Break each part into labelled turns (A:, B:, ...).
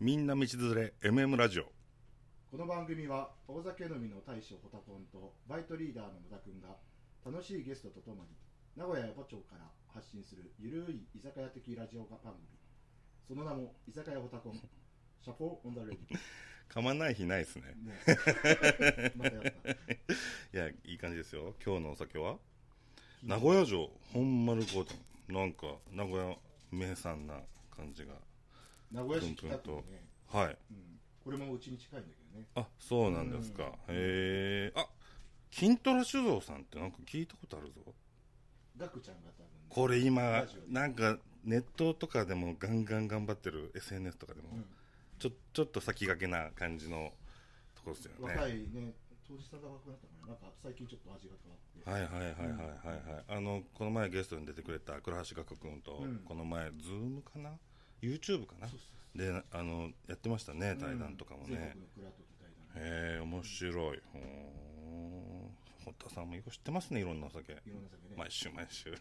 A: みんな道連れ MM ラジオ
B: この番組は大酒飲みの大将ホタポンとバイトリーダーの野田くんが楽しいゲストとともに名古屋や墓町から発信するゆるい居酒屋的ラジオ番組その名も居酒屋ホタコンシャポーオンザレディ
A: 噛まない日ないですね
B: もうまたやった
A: いやいい感じですよ今日のお酒は名古屋城本丸御殿なんか名古屋名産な感じが
B: 名古屋市北区のね、
A: はい
B: うん、これもうちに近いんだけどね
A: あそうなんですか、
B: うん
A: へえあ金虎酒造さんってなんか聞いたことあるぞ
B: ガクちゃんが多分ね
A: これ今
B: ラジオで
A: なんかネットとかでもガンガン頑張ってる SNS とかでも、
B: う
A: ちょちょっと先駆けな感じのとこですよ
B: ん
A: ね
B: 若いね当時さんが若くなったからなんか最近ちょっと味が変わって
A: はいはいはいはいはいはい、あのこの前ゲストに出てくれた倉橋岳君と、
B: うん
A: この前ズームかな YouTube かな
B: そうそうそう
A: であのやってましたね対談とかも
B: 全
A: ね、
B: 国の蔵と対談
A: へえ面白いほー堀田さんもよく知ってますねいろんなお酒
B: いろんな酒ね、
A: 毎週毎週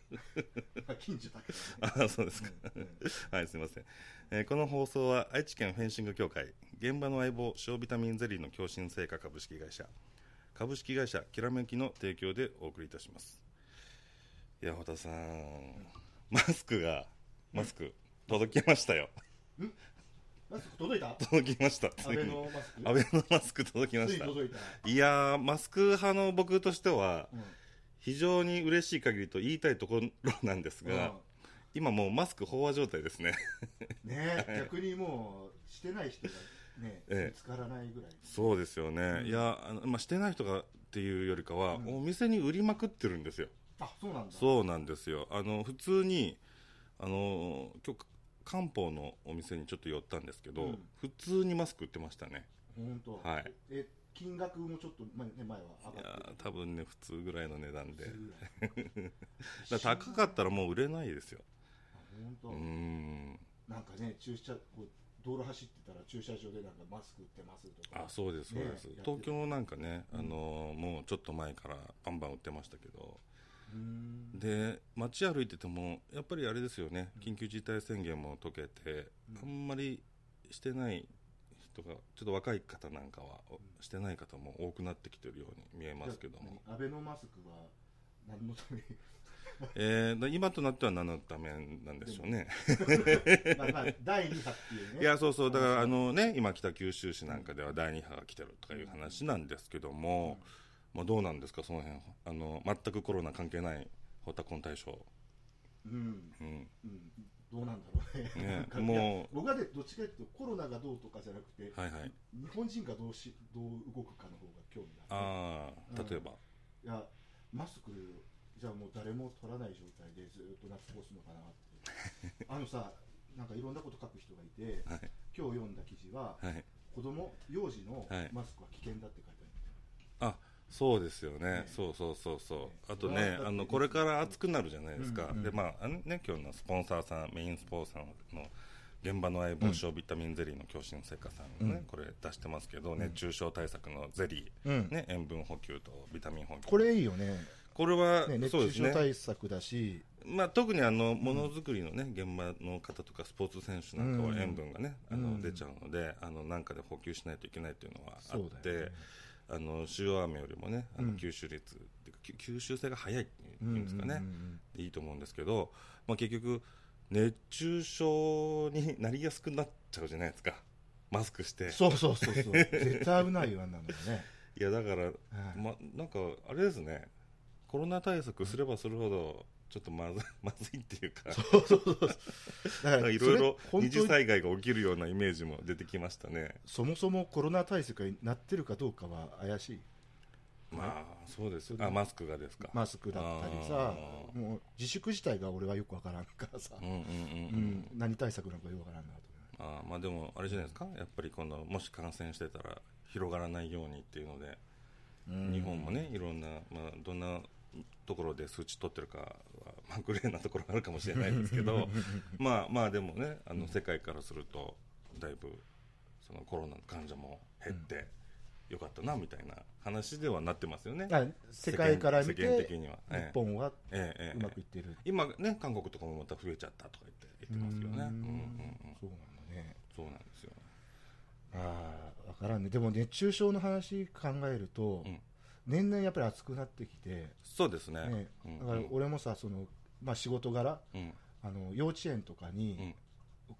B: 近所だけどね
A: あそうですか、
B: うんうん
A: はいすいません、えーこの放送は愛知県フェンシング協会現場の相棒塩ビタミンゼリーの共振成果株式会社株式会社きらめきの提供でお送りいたしますいや堀田さん、マスクがマスク、届きましたよ
B: マスク届いた
A: 届きましたつ
B: 安
A: い
B: 倍
A: に
B: のマスク
A: 安倍のマスク届きま
B: つい
A: し
B: に
A: た
B: 届いた、
A: いやーマスク派の僕としては
B: うん
A: 非常に嬉しい限りと言いたいところなんですが、今もうマスク飽和状態ですね
B: うんね逆にもうしてない人がね、
A: ええ
B: 見つからないぐらい
A: そうですよね、
B: ん
A: いやあの、まあ、してない人がっていうよりかは、
B: うん
A: お店に売りまくってるんですよ
B: あそうなんだ
A: そうなんですよあの普通にあの今日漢方のお店にちょっと寄ったんですけど、
B: うん
A: 普通にマスク売ってましたね
B: 本当
A: はい
B: え金額もちょっと、まあね、前はい上が
A: や
B: って
A: ー多分ね普通ぐらいの値段で
B: る
A: だから 高かったらもう売れないですよ
B: 本当、
A: うーん
B: なんかね駐車こう道路走ってたら駐車場でなんかマスク売ってますとか
A: あそうですそうです、
B: ねえ
A: 東京なんかね、
B: うん
A: あのもうちょっと前からバンバン売ってましたけど
B: うーん
A: で街歩いててもやっぱりあれですよね緊急事態宣言も解けて、
B: うん
A: あんまりしてない人がちょっと若い方なんかは、してない方も多くなってきてるように見えますけども、
B: じゃあ何アベノマスクは何のために
A: えーだ今となっては何のためなんでしょうね、
B: まあまあ第2波っていうね
A: いやそうそうだから
B: 話
A: あのね今北九州市なんかでは第2波が来てるとかいう話なんですけども、まあ、どうなんですかその辺あの全くコロナ関係ないホタコン大賞、
B: うん、
A: うん、
B: うん、どうなんだろうね
A: ね
B: なんか
A: もう
B: いや僕はねどっちかというとコロナがどうとかじゃなくて、
A: はいはい
B: 日本人がどうしどう動くかの方が興味がある
A: ああ例えば、
B: いやマスクじゃあもう誰も取らない状態でずっと夏過ごすのかなってあのさなんかいろんなこと書く人がいて
A: はい
B: 今日読んだ記事は
A: はい
B: 子供幼児の
A: はい
B: マスクは危険だって書いてある
A: そうですよね
B: ね
A: そうそうそうそう、
B: ね
A: あと
B: それは
A: ね
B: だって
A: あのこれから暑くなるじゃないですか、
B: うんうん
A: でまああのね今日のスポンサーさんメインスポンサーの現場の相棒
B: うん
A: 小ビタミンゼリーの共振成果さんがね、
B: うん
A: これ出してますけど、熱中症対策のゼリー、ね、塩分補給とビタミン補給
B: これいいよね
A: これは、
B: ね熱
A: そう
B: 中
A: です
B: 症
A: ね、
B: 対策だし、
A: まあ、特にあのものづくりの、ね現場の方とかスポーツ選手なんかは
B: うん
A: 塩分が、ねあ
B: う
A: の
B: ん
A: 出ちゃうので、あのなんかで補給しないといけないというのはあ
B: そう
A: っ
B: だ
A: て、
B: よね
A: あの塩飴よりも、ね、あ
B: う
A: の
B: ん
A: 吸収率、っていうか吸吸収性が早いっていうんですかね、
B: うんうんうん
A: いいと思うんですけど、まあ、結局熱中症になりやすくなっちゃうじゃないですかマスクして
B: そうそうそうそう絶対危ないよあんなのね、
A: いやだから、
B: はい
A: ま、なんかあれですねコロナ対策すればするほどちょっとまず まずいっていうか。
B: そうそうそうだ
A: なんかいろいろ
B: それ
A: 二
B: 本当
A: 次
B: に
A: 災害が起きるようなイメージも出てきましたね。
B: そもそもコロナ対策になってるかどうかは怪しい
A: まあそうですよ
B: それ
A: あマスクがですか。
B: マスクだったり
A: あ
B: さ
A: ー
B: もう自粛自体が俺はよくわからんからさ、
A: うんうんうん
B: う
A: うんん。
B: 何対策なのかよくわからんなと
A: あーまあでもあれじゃないですか。やっぱり今度もし感染してたら広がらないようにっていうので、
B: 思う
A: 日本もねいろんなまあどんなところで数値取ってるかはまあグレーなところがあるかもしれないですけ ど、まあまあでもねあの世界からするとだいぶそのコロナの患者も減ってよかったなみたいな話ではなってますよね。
B: あ世界から見
A: 世間的
B: て
A: には、
B: 日
A: ええ
B: 本は
A: えええ
B: う
A: え
B: まくいってる、
A: 今ね韓国とかもまた増えちゃったとか言って言ってますよねうんうんうん
B: そうなんだね
A: そうなんですよあ
B: わからんねでも熱中症の話考えると、
A: うん
B: 年々やっぱり暑くなってきて、
A: そうですね
B: ね
A: うん
B: だから
A: うん
B: 俺もさその、まあ、仕事柄
A: うん
B: あの幼稚園とかに、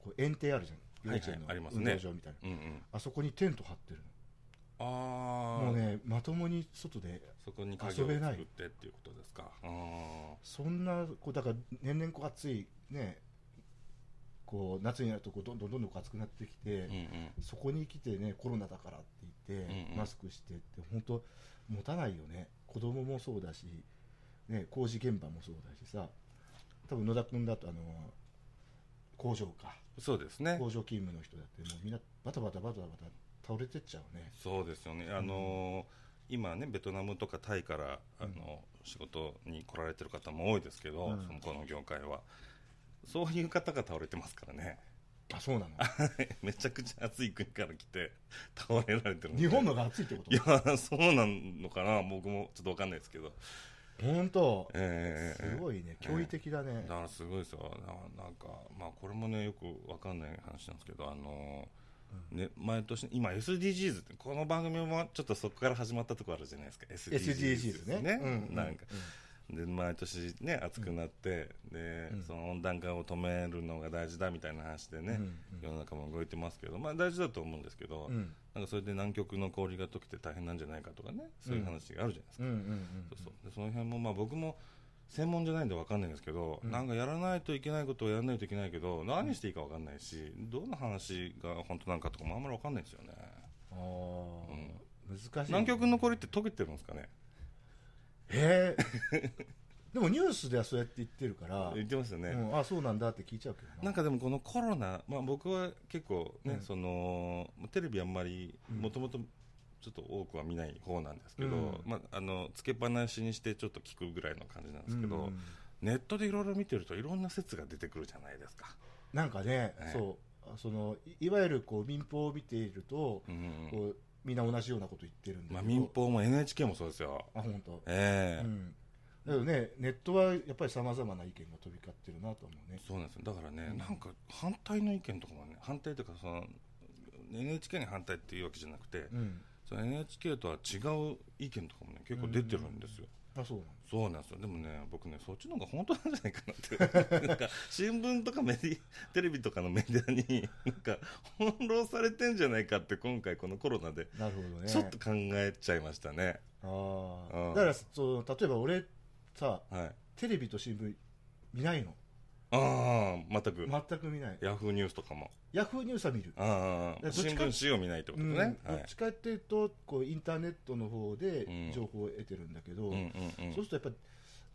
B: こう園庭あるじゃん
A: はいは
B: 幼
A: い
B: 稚園の
A: あります
B: 運
A: ね
B: 動場みたいな、
A: うんうん
B: あそこにテント張ってる
A: あ
B: の
A: あ
B: もうねまともに外で
A: そこに影を
B: 遊べない
A: 作ってっていうことですかあー
B: そんなこうだから年々こう暑いねこう夏になるとこうどんどんどんどんこう暑くなってきて、
A: うんうん
B: そこに来てねコロナだからって言って、
A: うんうん
B: マスクしてって本当持たないよね子供もそうだし、ね、工事現場もそうだしさ多分野田君だとあの工場か
A: そうですね
B: 工場勤務の人だってもうみんなバタバタバタバタ倒れてっちゃうね
A: そうですよね、あのー今ね、ベトナムとかタイから、あの仕事に来られてる方も多いですけど、
B: うん
A: そのこの業界は、そういう方が倒れてますからね、
B: あそうなの
A: めちゃくちゃ暑い国から来て、倒れられてるんで
B: 日本のが暑いってこ
A: いや
B: と、
A: そうなのかな、僕もちょっとわかんないですけど、
B: 本当
A: え
B: す
A: い
B: ごいね驚異的だね
A: だからすごいですよ、ななんか、まあ、これもね、よくわかんない話なんですけど、あのーね、毎年、今、SDGs って、この番組もちょっとそこから始まったところあるじゃないですか、
B: SDGs ねうんうん
A: なんか、で毎年ね暑くなって、で、
B: うん
A: その温暖化を止めるのが大事だみたいな話で
B: うん
A: ね、世の中も動いてますけど、まあ、大事だと思うんですけど、
B: うんうん
A: なんかそれで南極の氷が溶けて大変なんじゃないかとかねそういう話があるじゃないですか、
B: うんうんうん
A: そうそうでその辺もまあ僕も専門じゃないんで分かんないんですけど、
B: うん
A: なんかやらないといけないことをやらないといけないけど何していいか分かんないし、どんな話が本当なのかとかもあんまり分かんないですよね
B: あー
A: うん
B: 難しいね
A: 南極の氷って溶けてるんですかね
B: へ えでもニュースではそうやって言ってるから、
A: 言ってましたね、
B: うん、あそうなんだって聞いちゃうけど
A: なんかでもこのコロナ、まあ、僕は結構ね、
B: うん
A: そのテレビあんまり
B: うん
A: もともとちょっと多くは見ない方なんですけど、
B: うん
A: まあ、あのつけっぱなしにしてちょっと聞くぐらいの感じなんですけど、
B: うん
A: ネットでいろいろ見てるといろんな説が出てくるじゃないですか。
B: なんかね、
A: ええ
B: そうあそのいいわゆるこう民放を見ていると、
A: うん
B: こうみんな同じようなこと言ってるんだけど、
A: まあ、民放も NHK もそうですよ。
B: あ本当、
A: ええ
B: うん、だけどねネットはやっぱりさまざまな意見が飛び交ってるなと思うね
A: そうなんですよだからね、
B: うん
A: なんか反対の意見とかもね反対というかその NHK に反対っていうわけじゃなくて、
B: うん
A: その NHK とは違う意見とかもね結構出てるんですよ。
B: あそうなの
A: そうなんですよでもね僕ねそっちの方が本当なんじゃないかなって なんか新聞とかメディテレビとかのメディアになんか翻弄されてんじゃないかって今回このコロナで
B: なるほどね
A: ちょっと考えちゃいましたね
B: あ
A: う
B: ー
A: ん
B: だからそう例えば俺さ
A: はい
B: テレビと新聞見ないの
A: ああ全く、
B: 全く見ない
A: ヤフーニュースとかも
B: ヤフーニュースは見る
A: あ
B: ど
A: あ
B: っちか
A: 新聞紙を見ないってこと
B: うん
A: ね、
B: ど
A: は
B: っ
A: い
B: ちかっていうとこうインターネットの方で
A: うん
B: 情報を得てるんだけ
A: う
B: ど、
A: んうんうん
B: そうするとやっ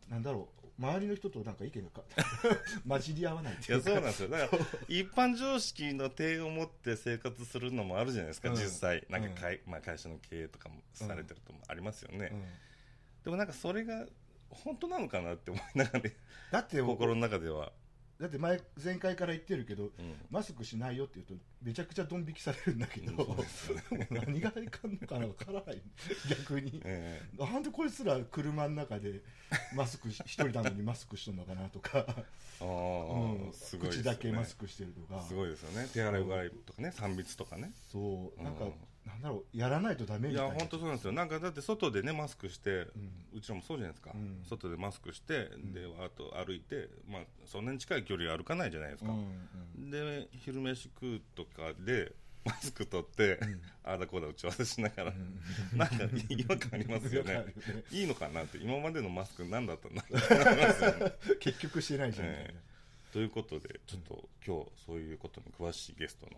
B: ぱなんだろう周りの人となんか意 見がか混じり合わないっ
A: い
B: てい
A: や
B: うか
A: そうなんですよだから一般常識の体を持って生活するのもあるじゃないですか、
B: うん
A: 実際なんか会,、まあ、会社の経営とかもされてるともありますよね、
B: うん
A: でもなんかそれが本当なのかなって思いながら、
B: だって
A: 心の中では、
B: だって前前回から言ってるけど
A: うん
B: マスクしないよって言うとめちゃくちゃドン引きされるんだけど、
A: うんそうですよ
B: 何がいかんのかな分からない逆に
A: え
B: なんでこいつら車の中でマスクし一人なのにマスクしとんのかな とか、
A: えああ、
B: うん
A: すごいですよ
B: 口
A: ね
B: だけマスクしてるとか
A: すごいですよね手洗いうがいとかね三密とかね
B: そうなんか、
A: うん
B: なんだろうやらないとダメ
A: い
B: みたい
A: や
B: な
A: 本当そうなんですよなんかだって外でねマスクして
B: うん
A: うちらもそうじゃないですか、
B: うん
A: 外でマスクして、
B: ん
A: であと歩いて、まあ、そんなに近い距離歩かないじゃないですか、
B: うん
A: で昼飯食うとかで マスク取って、
B: うん
A: ああだこうだ打ち合わせしながら、
B: ん
A: なんか違和感ありますよ
B: よくあ
A: ね
B: るよね
A: いいのかなって今までの マスク何だったんだ
B: 結局してないじゃんみたいな、
A: えということでちょっと今日そういうことに詳しいゲストの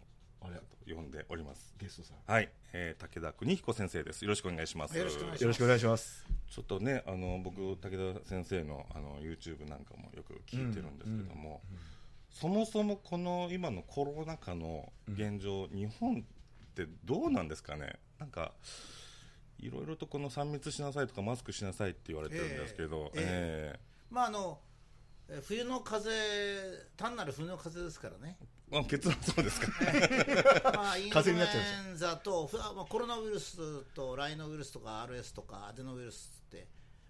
B: あれ
A: 方を呼んでおります
B: ゲストさん
A: はい、えー、武田邦彦先生ですよろしくお願いします
C: よろしくお願いし
B: よろしくお願いします
A: ちょっとねあの僕武田先生のあの YouTube なんかもよく聞いてるんですけども、そもそもこの今のコロナ禍の現状、日本ってどうなんですかねなんかいろいろとこの3密しなさいとかマスクしなさいって言われてるんですけど、え
C: えまああのえー冬の風単なる冬の風ですか らね、
A: えあ結論そうですか
C: まあ、インフ
B: 風
C: ル
B: に
C: エ
B: なっちゃいました
C: ンザと、ふわまあ、コロナウイルスとライノウイルスとか RS とかアデノウイルスって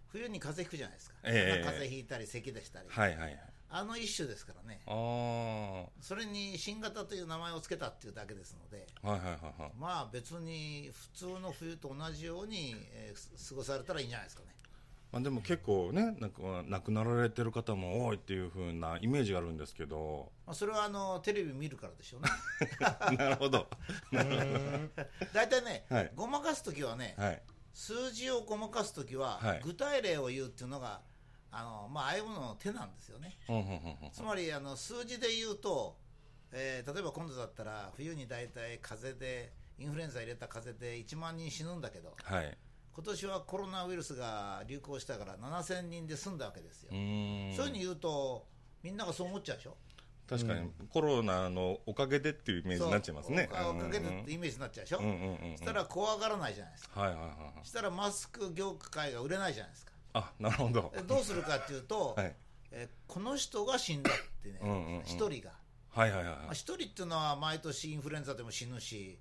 C: 冬に風邪ひくじゃないですか、
A: ええ
C: 風邪ひいたり咳出した り、
A: はいはいはい
C: あの一種ですからね
A: ああ
C: それに新型という名前を付けたっていうだけですので
A: はいはいはいはい
C: まあ別に普通の冬と同じように、えーす過ごされたらいいんじゃないですかね
A: まあ、でも結構ねなんか亡くなられてる方も多いっていう風なイメージがあるんですけど
C: まあ、それはあのテレビ見るからでしょうね
A: なるほど
C: 大体ね、
A: はい
C: ごまかす時はね、
A: はい
C: 数字をごまかす時は、
A: はい
C: 具体例を言うっていうのがあの、まあ、ああいうものの手なんですよね
A: うんうんうんうん
C: つまりあの数字で言うと、えー例えば今度だったら冬に大体風邪でインフルエンザ入れた風邪で1万人死ぬんだけど
A: はい
C: 今年はコロナウイルスが流行したから7000人で済んだわけですよ
A: う、ーん
C: そういうふうに言うとみんながそう思っちゃうでしょ
A: 確かにコロナのおかげでっていうイメージになっちゃいますね
C: そうおかげでって
A: う
C: イメージになっちゃうでしょ、
A: んうんうんうんうん
C: そしたら怖がらないじゃないですか
A: はいはいはいはい
C: そしたらマスク業界が売れないじゃないですか
A: あなるほど
C: でどうするかってい うと、
A: はい
C: えーこの人が死んだってね
A: うんうんうん
C: 一、人が
A: はいはいはい
C: まあ
A: はい
C: 一人っていうのは毎年インフルエンザでも死ぬし、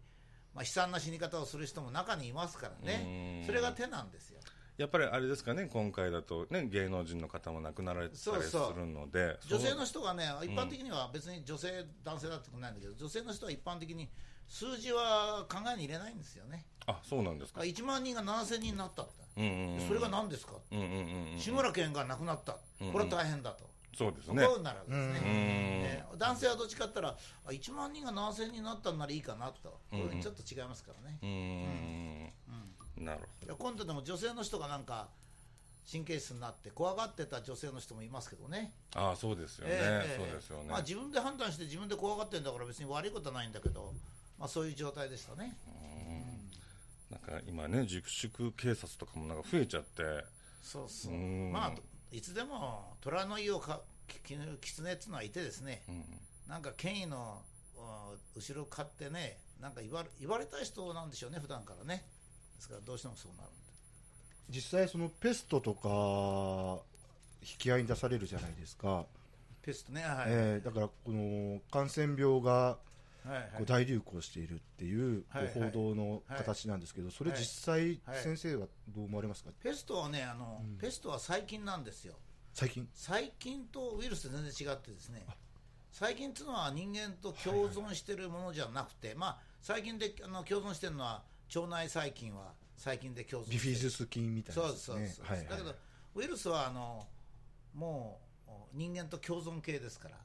C: まあ、悲惨な死に方をする人も中にいますから
A: う
C: ね
A: ん
C: それが手なんですよ
A: やっぱりあれですかね今回だとね芸能人の方も亡くなられたりす
C: そうそう
A: るので
C: 女性
A: そう
C: の人がね一般的には別に女性、男性だってことないんだけど女性の人は一般的に数字は考えに入れないんですよね
A: あそうなんです
C: だか
A: から
C: 1万人が7000人になったって、
A: うんうんうん
C: それが何ですか、
A: うんうんうんうん
C: 志村けんが亡くなった、これは大変だと、
A: そうです
C: そ
A: ね
C: こになるわけですね
A: うーん
C: えー男性はどっちかって言ったらあ1万人が7000人になったんならいいかなとこういうふうにちょっと違いますからね、
A: うーんなる
C: いや今度でも女性の人がなんか神経質になって怖がってた女性の人もいますけどね
A: ほどああそうですよね
C: ええ
A: そうですよね
C: まあ、自分で判断して自分で怖がってんだから別に悪いことはないんだけど、まあ、そういう状態でしたね
A: なんか今ね熟縮警察とかもなんか増えちゃって
C: そうそう
A: うん
C: まあいつでも虎の湯をかき狐っていうのはいてですね、なんか権威のうん後ろ買ってねなんか言われ言われたい人なんでしょうね普段からねですからどうしてもそうなるんで
B: 実際そのペストとか引き合いに出されるじゃないですか、
C: ペストねはい、
B: えーだからこの感染病が
C: はいは
B: こう
C: い
B: 大流行しているっていう
C: はい
B: こう報道の形なんですけど、それ実際
C: はい
B: 先生はどう思われますか、
C: ペストはねあの、ペストは細菌なんですよ
B: 最近
C: 細菌とウイルスって全然違ってですね細菌っていうのは人間と共存してるものじゃなくて、まあ細菌であの共存してるのは腸内細菌は細菌で共存して
B: ビ
C: る
B: フィズス菌みたいな
C: そう
B: や
C: で
B: つ
C: すそうです、そうです
B: はいはい
C: だけどウイルスはあのもうお人間と共存系ですから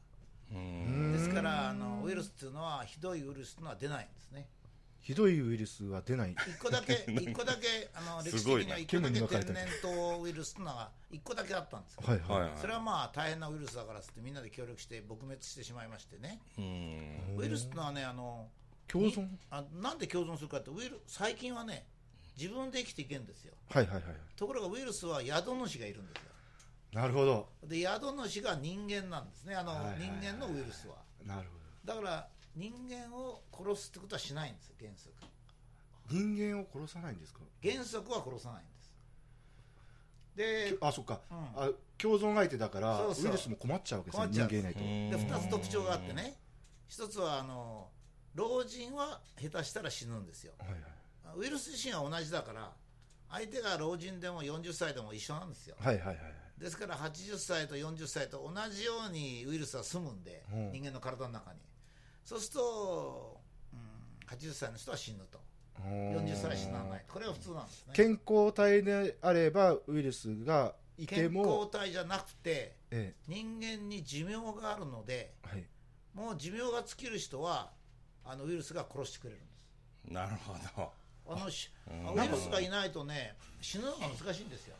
A: うん
C: ですからあのウイルスっていうのはひどいウイルスっていうのは出ないんですね
B: ひどいウイルスは出ない
C: 一個だけ一個だけあの歴史
A: すご
C: 的
A: い
C: に
A: な
C: は一個だけ
B: 煙に巻かれ
C: 天
B: てる
C: 然痘ウイルスっていうのは一個だけあったんですよ
B: はい
A: はい
B: は
A: はい
C: それはまあ大変なウイルスだからっつってみんなで協力して撲滅してしまいましてね、
A: うん
C: ウイルスってのはねあの
B: い共存
C: にあなんで共存するかってウイル細菌はね自分で生きていけるんですよ
B: はいはいはい
C: ところがウイルスは宿主がいるんですよ
B: なるほど
C: で宿主が人間なんですねあの、
B: はいはいはい
C: 人間のウイルスは
B: なるほ
C: だから人間を殺すってことはしないんですよ原則
B: ど人間を殺さないんですか
C: 原則は殺さないんですで
B: あそっか、
C: うん
B: あ共存相手だから
C: そうそう
B: ウイルスも困っちゃうわけですね
C: 困っち
B: 人
C: ゃう
B: 間いないと、
C: で2つ特徴があってね1つはあの老人は下手したら死ぬんですよ
B: はいはい
C: ウイルス自身は同じだから相手が老人でも40歳でも一緒なんですよ
B: はいはいはいはい
C: ですから80歳と40歳と同じようにウイルスは住むんで、
B: うん
C: 人間の体の中にそうすると、うん、80歳の人は死ぬと40歳は死なないこれは普通なんですね
B: 健康体であればウイルスがいて
C: 健
B: も
C: 康、体じゃなくて
B: え
C: 人間に寿命があるので
B: えはい、
C: もう寿命が尽きる人はあのウイルスが殺してくれるんです
A: なるほど
C: あのし
A: うん
C: ウイルスがいないとね死ぬのが難しいんですよ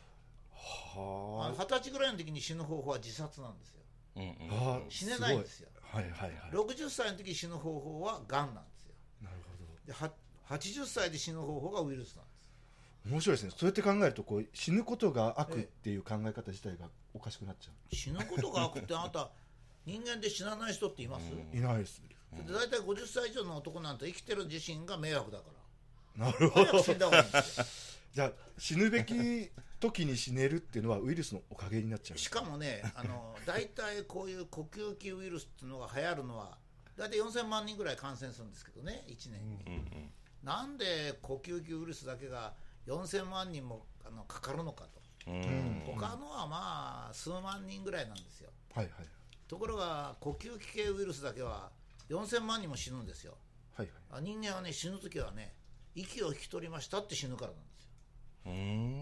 C: あの
B: は
C: 二十歳ぐらいの時に死ぬ方法は自殺なんですよ
A: うんうん
B: ああ
C: 死ねないんですよ
B: ごいはいはいはい
C: 60歳の時に死ぬ方法はがんなんですよ
B: なるほ
C: では80歳で死ぬ方法がウイルスなんです
B: ど面白いですねそうやって考えるとこう死ぬことが悪っていう考え方自体がおかしくなっちゃ
C: 死ぬことが悪ってあなた人間で死なない人っています、
B: う、いないです
C: で大体50歳以上の男なんて生きてる自身が迷惑だか
B: なる
C: ら
B: ほ
C: 早
B: ど
C: く死んだ方がいいんですよ
B: じゃあ死ぬべき時に死ねるっていうのはウイルスのおかげになっちゃう
C: しかもねあの大体こういう呼吸器ウイルスっていうのが流行るのは大体4000万人ぐらい感染するんですけどね1年に、なんで呼吸器ウイルスだけが4000万人もあのかかるのかと
A: うんうん
C: 他のはまあ数万人ぐらいなんですよ
B: はいはい
C: ところが呼吸器系ウイルスだけは4000万人も死ぬんですよ
B: はいはい
C: あ人間はね死ぬ時はね息を引き取りましたって死ぬからなんですよ
A: うーん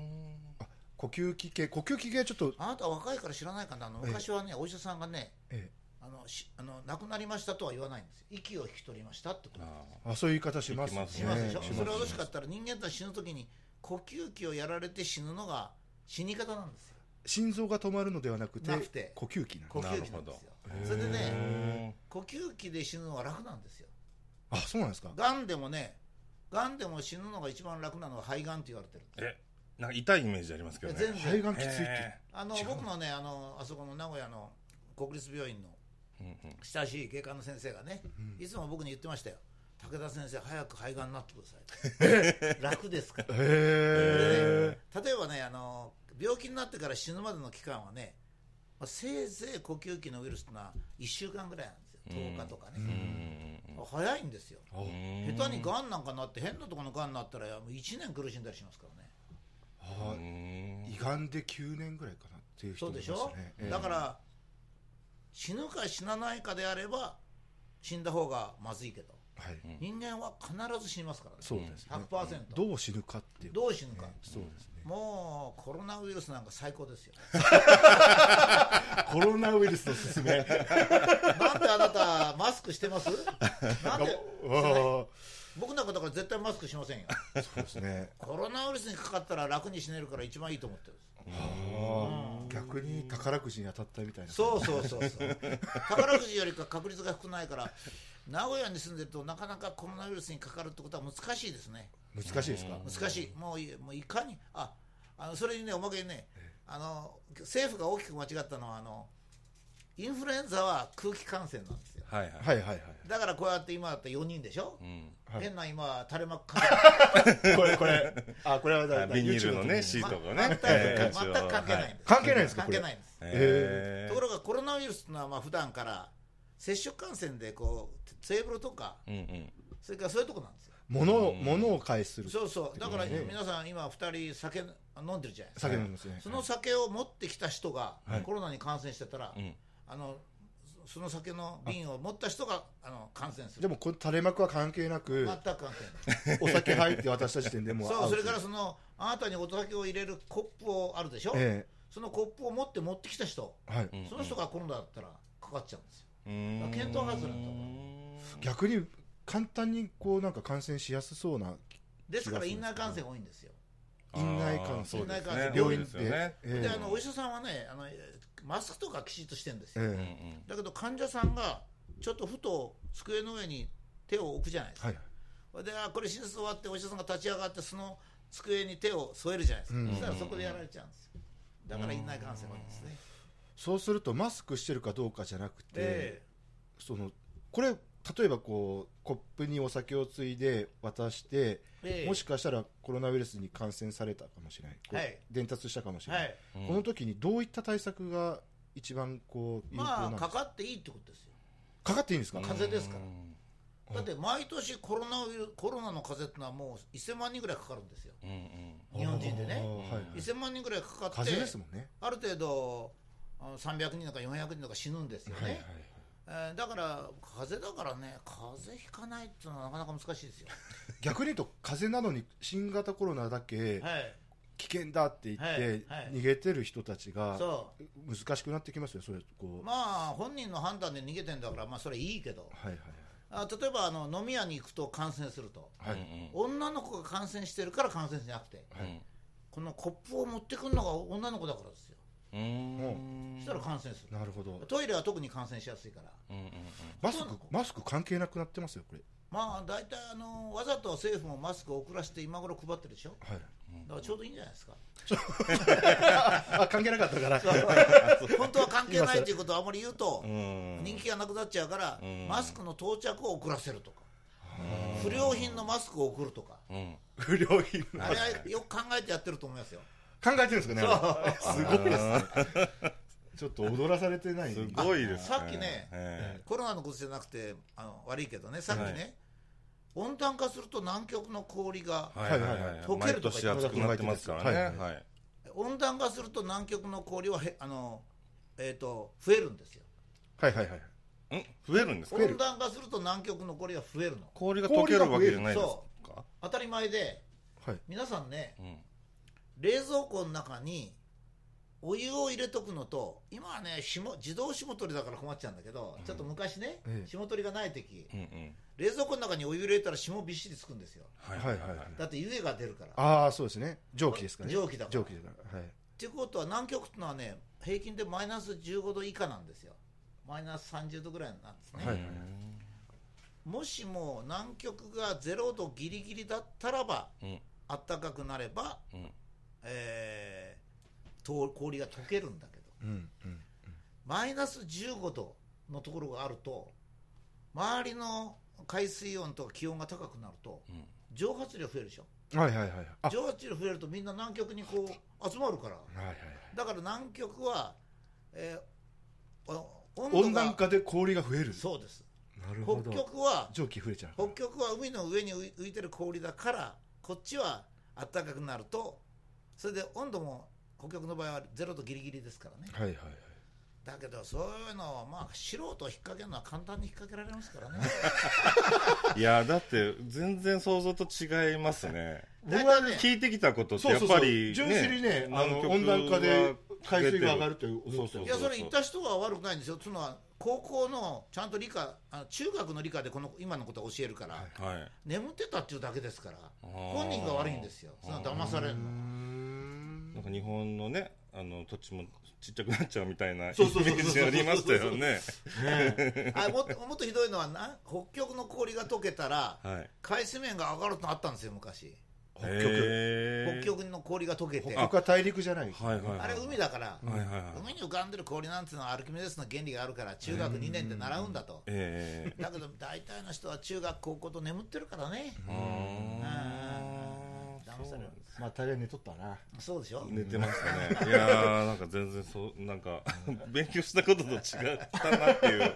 B: 呼吸器系呼吸器系ちょっと
C: あなた若いから知らないかなあの
B: ええ
C: 昔はねお医者さんがね
B: え
C: あのしあの亡くなりましたとは言わないんです息を引き取りましたってこと
A: あ
C: なんです
A: あ
B: えあそういう言い方します
A: 行きます
C: しますでしょ、
A: ね
B: ええ
C: それは
A: しま
C: ど
A: す
C: しかったら人間たち死ぬ時に呼吸器をやられて死ぬのが死に方なんですよ
B: 心臓が止まるのではなくて
C: なくて
B: 呼吸器なんだ
C: 呼吸器なんですよそれでね
A: へ
C: 呼吸器で死ぬのは楽なんですよ
B: あそうなんですか
C: がんでもねがんでも死ぬのが一番楽なのは肺がんって言われてる
A: ーえなんか痛いイメージありますけどね
C: 全然
B: 肺がんきついって、
A: へ
C: あの
A: 違うの
C: 僕のねあのあそこの名古屋の国立病院の
A: ーうんうん
C: 親しい外科の先生がね、
B: うん
C: いつも僕に言ってましたよ武田先生早く肺がんになってくだ さい楽ですから
B: へえ
C: 例えばねあの病気になってから死ぬまでの期間はね、まあ、せいぜい呼吸器のウイルスってのは1週間ぐらいなんですよ10日とか
A: う
C: ね、
A: んうん
C: 早いんですよ
B: あ
A: うん
C: 下手にがんなんかなって変なところのがんになったらもう1年苦しんだりしますからね
B: あ
A: うん
B: 胃がんで9年ぐらいかなっていう人
C: そう
B: もい
C: で
B: ま
C: し
B: すね
C: ょ、
B: ええ
C: だから死ぬか死なないかであれば死んだ方がまずいけど
B: はい
A: うん
C: 人間は必ず死にますからね
B: そうですね
C: 100%
B: どう死ぬかっていう
C: どう死ぬか、
B: ええそうですね
C: もうコロナウイルスなんか最高ですよ
B: コロナウイルスの勧めな んか
C: なんであなたマスクして ますなんで
B: わ
C: 僕なんかだから絶対マスクしませんよ
B: あそうですね
C: コロナウイルスにかかったら楽に死ねるから一番いいと思ってるんです
B: ああ逆に宝くじに当たったみたいな
C: そうそうそうそう宝くじよりか確率が少ないから名古屋に住んでるとなかなかコロナウイルスにかかるってことは難しいですね
B: 難しいですか
C: 難しいもういもういかにああのそれにねおまけにねあの政府が大きく間違ったのはあのインフルエンザは空気感染なんですよ
A: はいはい
B: はいはいはい
C: だからこうやって今だったら4人でしょ、
A: うん
B: はい
C: 変な今垂れ幕かけ
B: これこれ あこれは
A: あビニールのねシー
C: ま
A: トが
C: 全
A: ね
C: く
A: えー
C: 全く関係ないんです、
B: 関係ないんですか
C: 関
B: こ
C: 係
B: れ
C: ないんです、
A: えー
C: ところがコロナウイルスというのはまあ普段から接触感染でこうテーブルとか
A: うんうん
C: それからそういうとこなんですよ
B: 物を
A: うん
B: 物を介する
C: そうそうだから
B: ね
C: 皆さん今2人酒飲んでるじゃないです
B: 酒
C: か
B: 飲みますね
C: その酒を持ってきた人が
B: はい
C: コロナに感染してたら、
A: うん
C: あのそその酒の瓶を持った人があの感染す
B: で
C: る
B: もこの垂れ幕は関係な
C: 全
B: く
C: く関係ない
B: お酒入って渡した時点でも
C: そう
B: アウ
C: そ
B: ト
C: れからそのあなたにお酒を入れるコップをあるでしょ、
B: え
C: そのコップを持って持ってきた人
B: えはい
A: うん
C: その人がコロナだったらかかっちゃうんですよ
A: うん
C: 検討外れだと
B: 逆に簡単にこうなんか感染しやすそうな
C: ですから院内感染多いんですよ
A: あー
B: 院内感染
A: そうですね
C: 院内感染
B: 病
A: 多
B: 院
A: いす
B: で
A: よね
B: ええ
C: であのお医者さんはねあのえーマスクとかきちっとしてるんですよ、
A: うんう
B: え
A: ん
C: だけど患者さんがちょっとふと机の上に手を置くじゃないです
B: え
C: か、
B: はい
C: であーこれ手術終わってお医者さんが立ち上がってその机に手を添えるじゃないですか、
B: うん
C: そしたらそこでやられちゃうんですよだから院内感染が多いんですね、
B: そうするとマスクしてるかどうかじゃなくて、
C: で
B: そのこれ例えばこうコップにお酒をついで渡して、
C: で
B: もしかしたらコロナウイルスに感染されたかもしれない、こう
C: はい
B: 伝達したかもしれ
C: は
B: ない、
C: い
A: うん
B: この時にどういった対策が一番こう有効な
C: ま
B: ん
C: あ
B: です
C: か
B: か、
C: かっていいってことですよ
B: かかっていいんですか、
C: 風邪ですから
A: うん
C: だって毎年コロナウイルコロナの風邪ってのはもう1000万人ぐらいかかるんですよ
A: うんうん
B: あー
C: 日本人でね
B: はいはい
C: 1000万人ぐらいかかって
B: 風邪ですもんね、
C: ある程度あの300人とか400人とか死ぬんですよね、えーだから風邪だからね風邪ひかないっていうのはなかなか難しいですよ、
B: 逆に言うと風邪なのに新型コロナだけ
C: はい、
B: 危険だって言っ
C: はい
B: て
C: はい
B: 逃げてる人たちが
C: そ
B: 難しくなってきますよそれこ
C: う
B: う、
C: まあ本人の判断で逃げてんだからまあそれいいけど
B: はいはい
C: あ例えばあの飲み屋に行くと感染すると
B: はい、はい
C: 女の子が感染してるから感染しなくて
A: うん
C: このコップを持ってくるのが女の子だからですよ
A: うんう
B: うん
C: そしたら感染する
B: なるほど
C: トイレは特に感染しやすいから
A: うんうん
B: マスク
C: そうなの
B: マスク関係なくなってますよこれ
C: まあ大体あのわざと政府もマスクを遅らせて今頃配ってるでしょ
B: はい
C: だからちょうどいいんじゃないですか
B: あ関係なかったから
C: 本当は関係ないということをあまり言うと
A: うんうん
C: 人気がなくなっちゃうから
A: うん
C: マスクの到着を遅らせるとか不良品のマスクを送るとか
A: うん
B: 不 良品考
C: あれはよく考えてやってると思いますよ
B: えてるんですかねあれすごいですねちょっと踊らされてない
A: すごいですね
C: さっきね
A: え
C: コロナのことじゃなくてあの悪いけどねさっきね、
A: はい
C: 温暖化すると南極の氷が
A: えはいはいはい
C: 溶けるとか
A: 毎年暑くなってますからね
B: はいはい
A: はい
C: 温暖化すると南極の氷はへあの、えー、と増えるんですよ
B: はいはいはい。
A: ん増えるんですか
B: 増える
C: 温暖化すると南極の氷は増えるの
A: 氷が溶けるわけじゃないです
C: そ
A: か
C: 当たり前で
B: はい。
C: 皆さんね
A: うん
C: 冷蔵庫の中にお湯を入れとくのと今はね霜自動霜取りだから困っちゃうんだけど、ちょっと昔ね、
B: ええ
C: 霜取りがない時
A: うんうん
C: 冷蔵庫の中にお湯入れたら霜びっしりつくんですよ
A: は
B: はいはいはい
C: だって湯気が出るからっ
B: ああ、そうですね。蒸気ですかね。
C: 蒸気だから
B: 蒸気だから。はい。
C: ていうことは南極ってのはね平均でマイナス15度以下なんですよマイナス30度ぐらいなんですね、
B: はい
C: もしも南極が0度ギリギリだったらば
A: うん
C: 暖かくなれば、
A: うん
C: えーと氷が溶けるんだけど
B: うんうん。
C: マイナス15度のところがあると周りの海水温とか気温が高くなると
A: うん
C: 蒸発量増えるでしょ
B: はいはいはい。あ、はい
C: 蒸発量増えるとみんな南極にこう集まるから
B: はいはい。
C: だから南極は、えーお温度が
B: 温暖化で氷が増える。
C: そうです
B: なるほ
C: 北
B: ど。
C: 極は
B: 蒸気増えちゃう。
C: 北極は海の上に浮い浮いてる氷だからこっちは暖かくなるとそれで温度も北極の場合はゼロ度ギリギリですからね
B: はいはいはい。
C: だけどそういうのをまあ素人を引っ掛けるのは簡単に引っ掛けられますからね
A: いやだって全然想像と違いますね
C: 大体ね
A: 聞いてきたことって
B: そう
A: やっ
B: そうそう
A: ぱり
B: 純粋にねあの温暖化で海水が上がるという
A: そうそう
C: いやそれ言った人は悪くないんですよつまり高校のちゃんと理科あの中学の理科でこの南極今のことは教えるから、
A: はい
C: 眠ってたっていうだけですから
A: あー
C: 本人が悪いんですよその騙されるの
A: なんか日本のねあの土地もちっちゃくなっちゃうみたいなイメ
B: そうそうそうそう
A: ージありましたよね
C: あもっともっとひどいのはな北極の氷が溶けたら
A: はい
C: 海水面が上がるとあったんですよ昔
B: 北極。
A: へ
C: 北
A: ー
C: 極の氷が溶けて
B: 北極は大陸じゃない。
A: はいはいはい
C: あれ海だから、
A: はいはいはい
C: 海に浮かんでる氷なんていうのはアルキメデスの原理があるから中学2年で習うんだと、
A: ええ
C: だけど大体の人は中学高校と眠ってるからね、
A: あー
C: うん騙される
B: まあ大概寝とったな。
C: そうでしょ
A: 寝てましたねいやーなんか全然そうなんか 勉強したことと違ったなっていう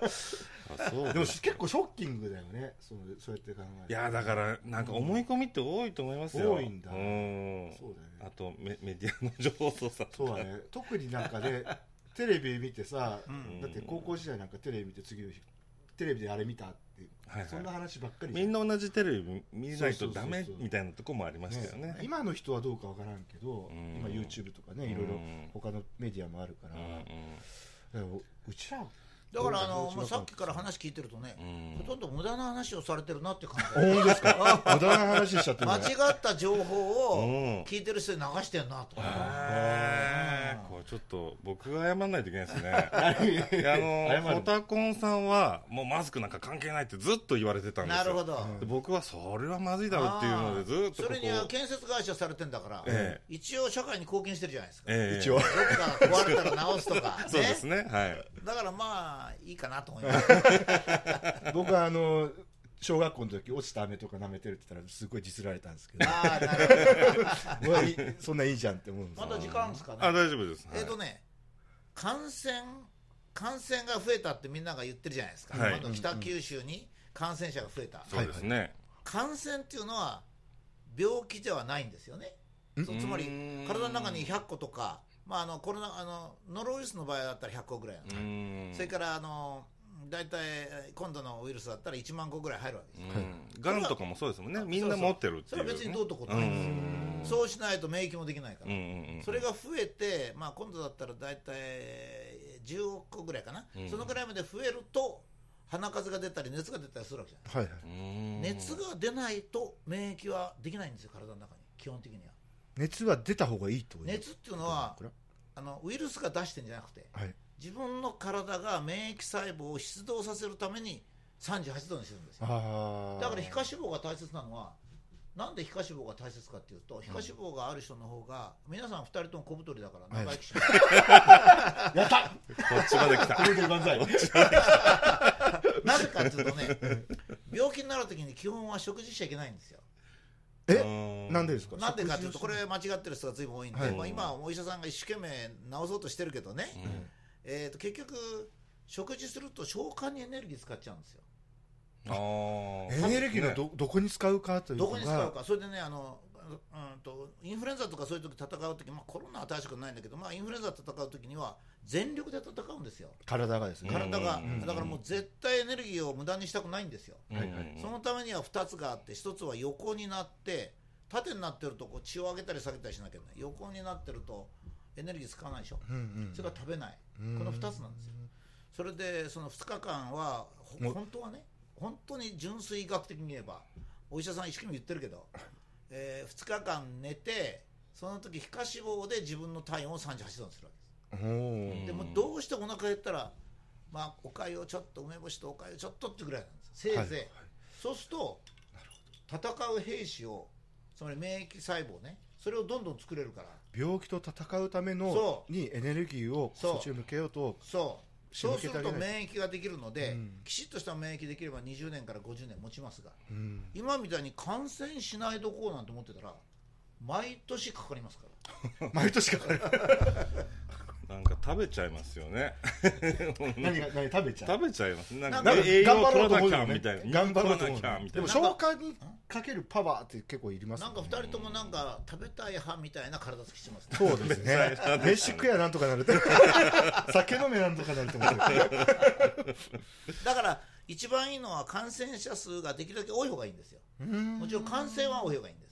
A: あそう
B: でも結構ショッキングだよね。そうそうやって考える。
A: いやーだからなんか思い込みって多いと思いますよ
B: 多いんだ
A: うん
B: そうだよね
A: あとメ メディアの情報操作
B: そ
A: と
B: う
A: か
B: だね 特になんかねテレビ見てさ、
C: ん
B: だって高校時代なんかテレビ見て次の日テレビであれ見たって、
A: はいはい
B: そんな話ばっかりじゃ
A: みんな同じテレビ見ないとダ
B: そうそう
A: メ
B: そうそう
A: みたいなとこもありましたよね
B: ね今の人はどうかわからんけど、
A: うん
B: 今 YouTube とかねいろいろ他のメディアもあるか
A: うん
B: ら、でもうちら
C: だからあの
B: う、ん
C: まあ、さっきから話聞いてるとね、
A: うん
C: ほとんど無駄な話をされてるなって感じ
B: 本当 ですか無駄な話しちゃってる
C: 間違
B: ね
C: った情報
A: うん
C: を聞いてる人に流してんなと、
A: へーこれちょっと僕が謝らないといけない ですね いやあ
B: 謝る
A: のホタコンさんはもうマスクなんか関係ないってずっと言われてたんですよ
C: なるほど、
A: で僕はそれはまずいだろうっていうのでずっと
C: そ
A: ここ
C: れには建設会社されてんだから、
A: え
C: 一応社会に貢献してるじゃないですか、
A: ええ
B: 一応
C: どっか壊れたら直すとか
A: そうですねはい
C: だからまあいいかなと思います
B: 僕はあの小学校の時落ちた飴とか舐めてるって言ったらすごいディスられたんですけ ど
C: ああなるほど
B: うわいいそんなんいいじゃんって思うんです
C: ま
B: よ
C: だ時間あるんですかね
A: あ大丈夫です、はい
C: えっ、とね感染感染が増えたってみんなが言ってるじゃないですか、
A: はい
C: 今度北九州に感染者が増えた、
A: そうですね、
C: 感染っていうのは病気ではないんですよねそうつまり
A: うん
C: 体の中に100個とか、まあ、あのコロナあのノロウイルスの場合だったら100個ぐらいなの
A: うーん
C: それからあの大体えー今度のウイルスだったら1万個ぐらい入るわけです、
A: うんがんとかもそうですもんねみんな持ってるって
C: そ
A: いう、
C: れ
A: ね、
C: は別にどうとことないんですよ、そうしないと免疫もできないから、
A: うんうんうん
C: それが増えて、まあ、今度だったら大体えー10億個ぐらいかな、
A: うん
C: そのぐらいまで増えると鼻風が出たり熱が出たりするわけじゃない、
B: はいはい
A: うん
C: 熱が出ないと免疫はできないんですよ体の中に基本的には
B: 熱は出た方がいいってこと
C: 熱っていうのは
B: これ
C: あのウイルスが出してんじゃなくて
B: はい
C: 自分の体が免疫細胞を出動させるために38度にするんですよ
B: ああ
C: だから皮下脂肪が大切なのはなんで皮下脂肪が大切かっていうと皮下脂肪がある人の方が皆さん2人とも小太りだから長生きします、
B: やった
A: こっちまで来た
B: これで万歳
C: なぜかっていうとね病気になる時に基本は食事しちゃいけないんですよ
B: え
A: うん
B: なんでですか
C: なんでかっていうとこ
B: 食事をし
C: れ間違ってる人がずいぶん多いんで、
B: はい
C: まあ、今はお医者さんが一生懸命治そうとしてるけどね、えー、と結局食事すると消化にエネルギー使っちゃうんですよ
A: あー
B: エネルギーのど,、どこに使うかというの
C: ど
B: が
C: こに使うか、それでねあのうんとインフルエンザとかそういう時戦う時、まあ、コロナは大したことないんだけど、まあ、インフルエンザと戦う時には全力で戦うんですよ
B: 体がですね。
C: 体が、
A: うん
C: だからもう絶対エネルギーを無駄にしたくないんですよ、
A: うん
B: はいはい
A: うん
C: そのためには2つがあって1つは横になって縦になってるとこう血を上げたり下げたりしなきゃいけない横になってるとエネルギー使わないでしょ、
B: うんうん
C: それから食べない、
B: うん
C: この2つなんですよそれでその2日間はほ
B: もう
C: 本当はね本当に純粋医学的に言えばお医者さん一生懸命言ってるけど、え2日間寝てその時皮下脂肪で自分の体温を38度にするわけです
B: おー
C: で
A: うん
C: もうどうしてお腹減ったら、まあ、おかゆをちょっと梅干しとおかゆちょっとってぐらいなんですせいぜい、
B: はいはい
C: そうすると戦う兵士をつまり免疫細胞ねそれをどんどん作れるから
B: 病気と戦うための
C: そ
B: にエネルギーを
C: そう
B: そっちへ向けようと
C: そう
B: 仕
C: そ
B: 向
C: う
B: け
C: す
B: てあ
C: る
B: げない
C: と
B: と
C: 免疫ができるので、
B: うん
C: きちっとした免疫できれば20年から50年持ちますが
B: うん
C: 今みたいに感染しないどこうなんて思ってたら毎年かかりますから
B: 毎年かかる
A: なんか食べちゃいますよね
D: 何が何食べちゃう
A: 食べちゃいますなんか
C: なんか
A: 栄養取らな
B: う
A: きゃ
B: よね
A: みたいな
B: 頑張ろうと
A: 取
B: 思
A: らな
B: う
A: きゃみた
B: で
A: いな
B: も消化にかけるパワーって結構いります
C: なんか2人ともなんか食べたい派みたいな体つきしてますね
B: そうですね飯食やなんとかなると酒飲めなんとかなると思う
C: だから一番いいのは感染者数ができるだけ多い方がいいんですよもちろん感染は多い方がいいん
A: う
C: です、
A: ん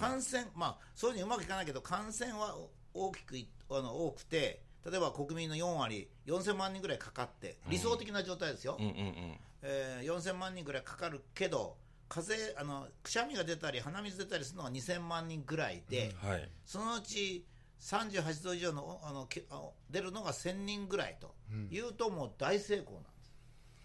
C: 感染まあそういうふうにうまくいかないけど感染は大きくいあの多くて例えば国民の4割4000万人ぐらいかかって理想的な状態ですよ、
A: うんうんうん
C: えー4000万人ぐらいかかるけど風邪あのくしゃみが出たり鼻水出たりするのが2000万人ぐらいで、
A: はい
C: そのうち38度以上のおあのけあ出るのが1000人ぐらいというともう大成功なんです、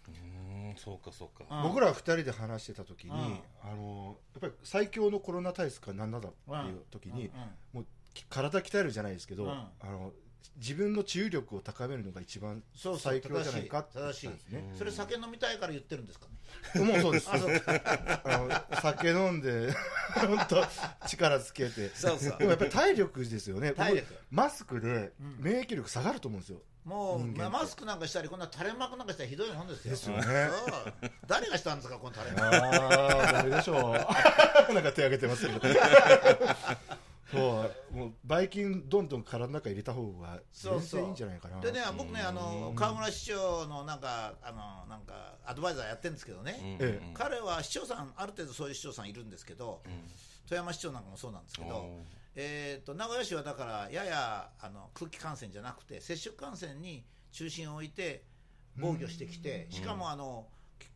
A: うんそうかそう
C: う
A: か
C: ん
B: 僕ら二人で話してた時に、
C: うん
B: あのやっぱり最強のコロナ対策は何なんだっていう時に、
C: うん
B: もうき体鍛えるじゃないですけど、
C: うん
B: あの自分の治癒力を高めるのが一番
C: そうそ
B: 最
C: う
B: 強じゃないかって言っ
C: 正
B: て
C: しい
B: たんですね。
C: それ酒飲みたいから言ってるんですかね
B: もうそうです。あ の酒飲んで 本当力つけて。
C: そうそう
B: でもやっぱり体力ですよね。
C: 体力
B: 僕マスクで
C: うん
B: 免疫力下がると思うんですよ。
C: もう、
B: 人間と
C: まあ、マスクなんかしたりこんな垂れ幕なんかしたらひどいもんですよ
B: ですよね
C: そう誰がしたんですかこの垂れ幕
B: ああ、ダメでしょう。 なんか手挙げてますけど。そう、もう、ばい菌どんどん体の中入れた方が、
C: そう
B: 全
C: そう
B: 然いいんじゃないかな。
C: でね僕ねあの
B: うん
C: 河村市長のなんかあのなんかアドバイザーやってるんですけどね、
B: ええ
C: 彼は市長さんある程度そういう市長さんいるんですけど富山市長なんかもそうなんですけど、えー、と名古屋市はだからややあの空気感染じゃなくて接触感染に中心を置いて防御してきてしかもあの、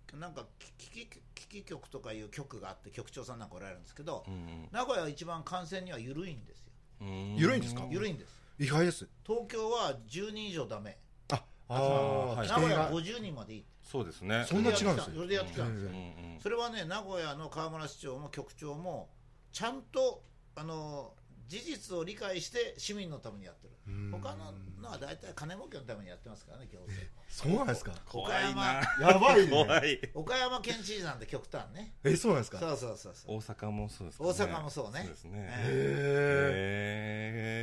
C: きなんか危機危機局とかいう局があって局長さんなんかおられるんですけど、名古屋は一番感染には緩いんですよ
B: 緩いんですかうん
C: 緩いんです
B: 意外です。
C: 東京は10人以上ダメ
B: あ、あ
A: あ
B: あ、
A: はい
B: 規
C: 名古
B: 定
C: 屋は
B: が。
C: 50人までいい
A: そうですね
B: そんな違うんですよ
C: それでやってきたんですよ
A: うんうん
C: それはね名古屋の河村市長も局長もちゃんとあの事実を理解して市民のためにやってる
B: うん
C: 他ののは大体金儲けのためにやってますからね行政
B: そうなんですか。
A: 怖いな
B: やばいね。
A: 怖い
C: 岡山県知事なんて極端ね
B: え、そうなんです
C: そ
B: か。
C: うそうそうそう
A: 大阪もそうですか
C: 大阪もそうね
A: そうですね
C: え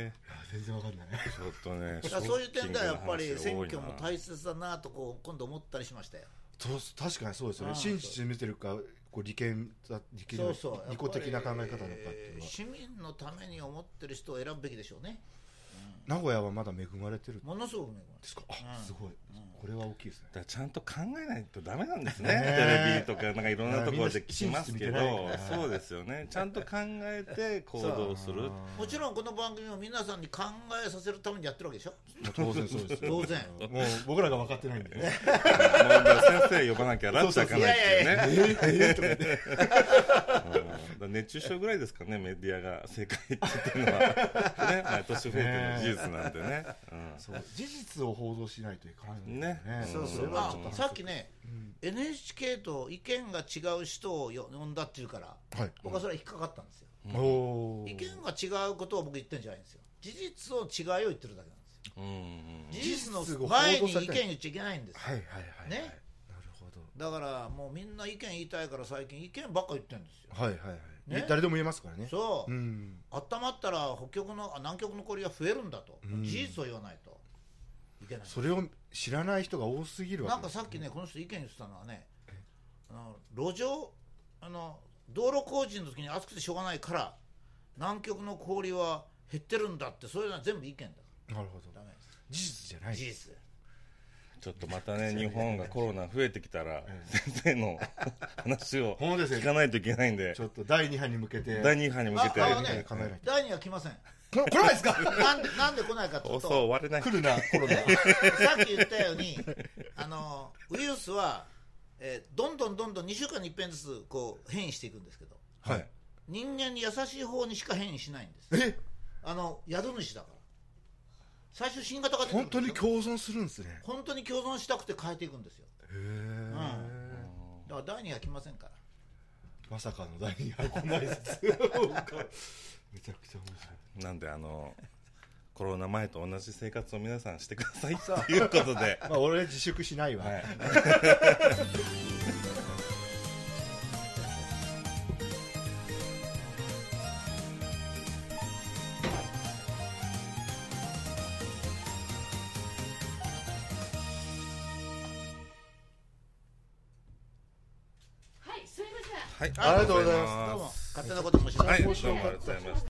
B: へえ。
A: へえ
B: 全然わかんない。
A: ちょっとね
C: だからそういう点ではやっぱり
A: シ
C: 選
A: ョッキング
C: 挙
A: な
C: も
A: 話が多いな
C: 大切だなとこう今度思ったりしましたよ
B: そう確かにそうですよね。
C: うん
B: 真実見てるか、こう利権だ、利権
C: そ
B: の
C: うそう
B: 利己的な考え方のかって
C: やっぱり
B: いうのは。
C: 市民のために思ってる人を選ぶべきでしょうね
B: 名古屋はまだ恵まれてるんで
C: ものすごく恵まれてる
B: すか。あ、
C: うん
B: すごい
C: ん。
B: これは大きいですね
A: だ。からちゃんと考えないとダメなんですね
B: ねえ
A: テレビとかなんかいろんなところで聞きますけど
B: いやみんな真実見てないから
A: そうですよねちゃんと考えて行動する
C: もちろんこの番組を皆さんに考えさせるためにやってるわけでしょ
B: 当然そうです
C: 当然
B: もう僕らが分かってないんでね
A: もうだから先生呼ばなきゃラッチ開かないっていうね
B: えーえーとか言って
A: うんだから熱中症ぐらいですかね、メディアが正解って言ってるのは、ね、毎年増えてるのは事実なんでね、
B: そう事実を報道しないといかないんだよ
A: ねそうそう
B: れは
C: あ
B: ちょっと
C: さっきね NHK と意見が違う人をよ呼んだっていうから
B: はい
C: 僕はそれは引っかかったんですよ
B: おおー
C: 意見が違うことを僕言ってるんじゃないんですよ事実を違いを言ってるだけなんですよ
A: うんうん
C: 事
B: 実
C: 実
B: を報道
C: の
B: されて
C: 前
B: ない
C: に意見言っちゃいけないんですよ
B: はいはいはい
C: ね
B: はいなるほど
C: だからもうみんな意見言いたいから最近意見ばっか言ってるんですよ
B: はいはいはい
C: ね
B: 誰でも言えますからね
C: そう、
B: うん
C: 温まったら北極のあ南極の氷が増えるんだと、
B: うん
C: 事実を言わないといけない
B: それを知らない人が多すぎる
C: な
B: わ
C: ん
B: け
C: か
B: です
C: さっきねこの人意見言ってたのはねあの路上あの道路工事の時に暑くてしょうがないから南極の氷は減ってるんだって、そういうのは全部意見だか
B: なるほ
C: ら、
B: ど
C: ダメです。
B: 事実じゃない
C: 事実だよ
A: ちょっとまたね、日本がコロナ増えてきたら、先生の 話を
B: ほんまですよ
A: 聞かないといけないんで
B: ち、ょっと第二波に向けて
A: 第2波に向けて、
C: あ
B: 第
C: あ
B: 二波に構えないと
C: 第2は来ません。
B: こ来ないですか
C: なんでなんで来ないかとい
A: 放
C: う
A: 送
C: と、
A: 終われない。
B: 来るなコロナ
C: さっき言ったように、あのウイルスは、えーどんどんどんどん2週間に一遍ずつこう変異していくんですけど、
B: はい
C: 人間に優しい方にしか変異しないんです。
B: え
C: あの宿主だから。最初新型が出てくる
B: 本
C: んです
B: 当
C: よ
B: に共存するんですね
C: 本当に共存したくて変えていくんですよ。
B: へえ
C: だから第2は来ませんから。
B: まさかの第二波来ないですめちゃくちゃ面
A: なんで、あの、コロナ前と同じ生活を皆さんしてくださいということで、
B: 白いまあ俺自粛しないわ、
A: はい
E: はい、すみません。
A: はい、
B: ありがとうございます
A: ありが
C: ど
A: と
C: う
A: うございます。
C: も勝手なこと申し上げて
A: はい、どうもありがとうございました。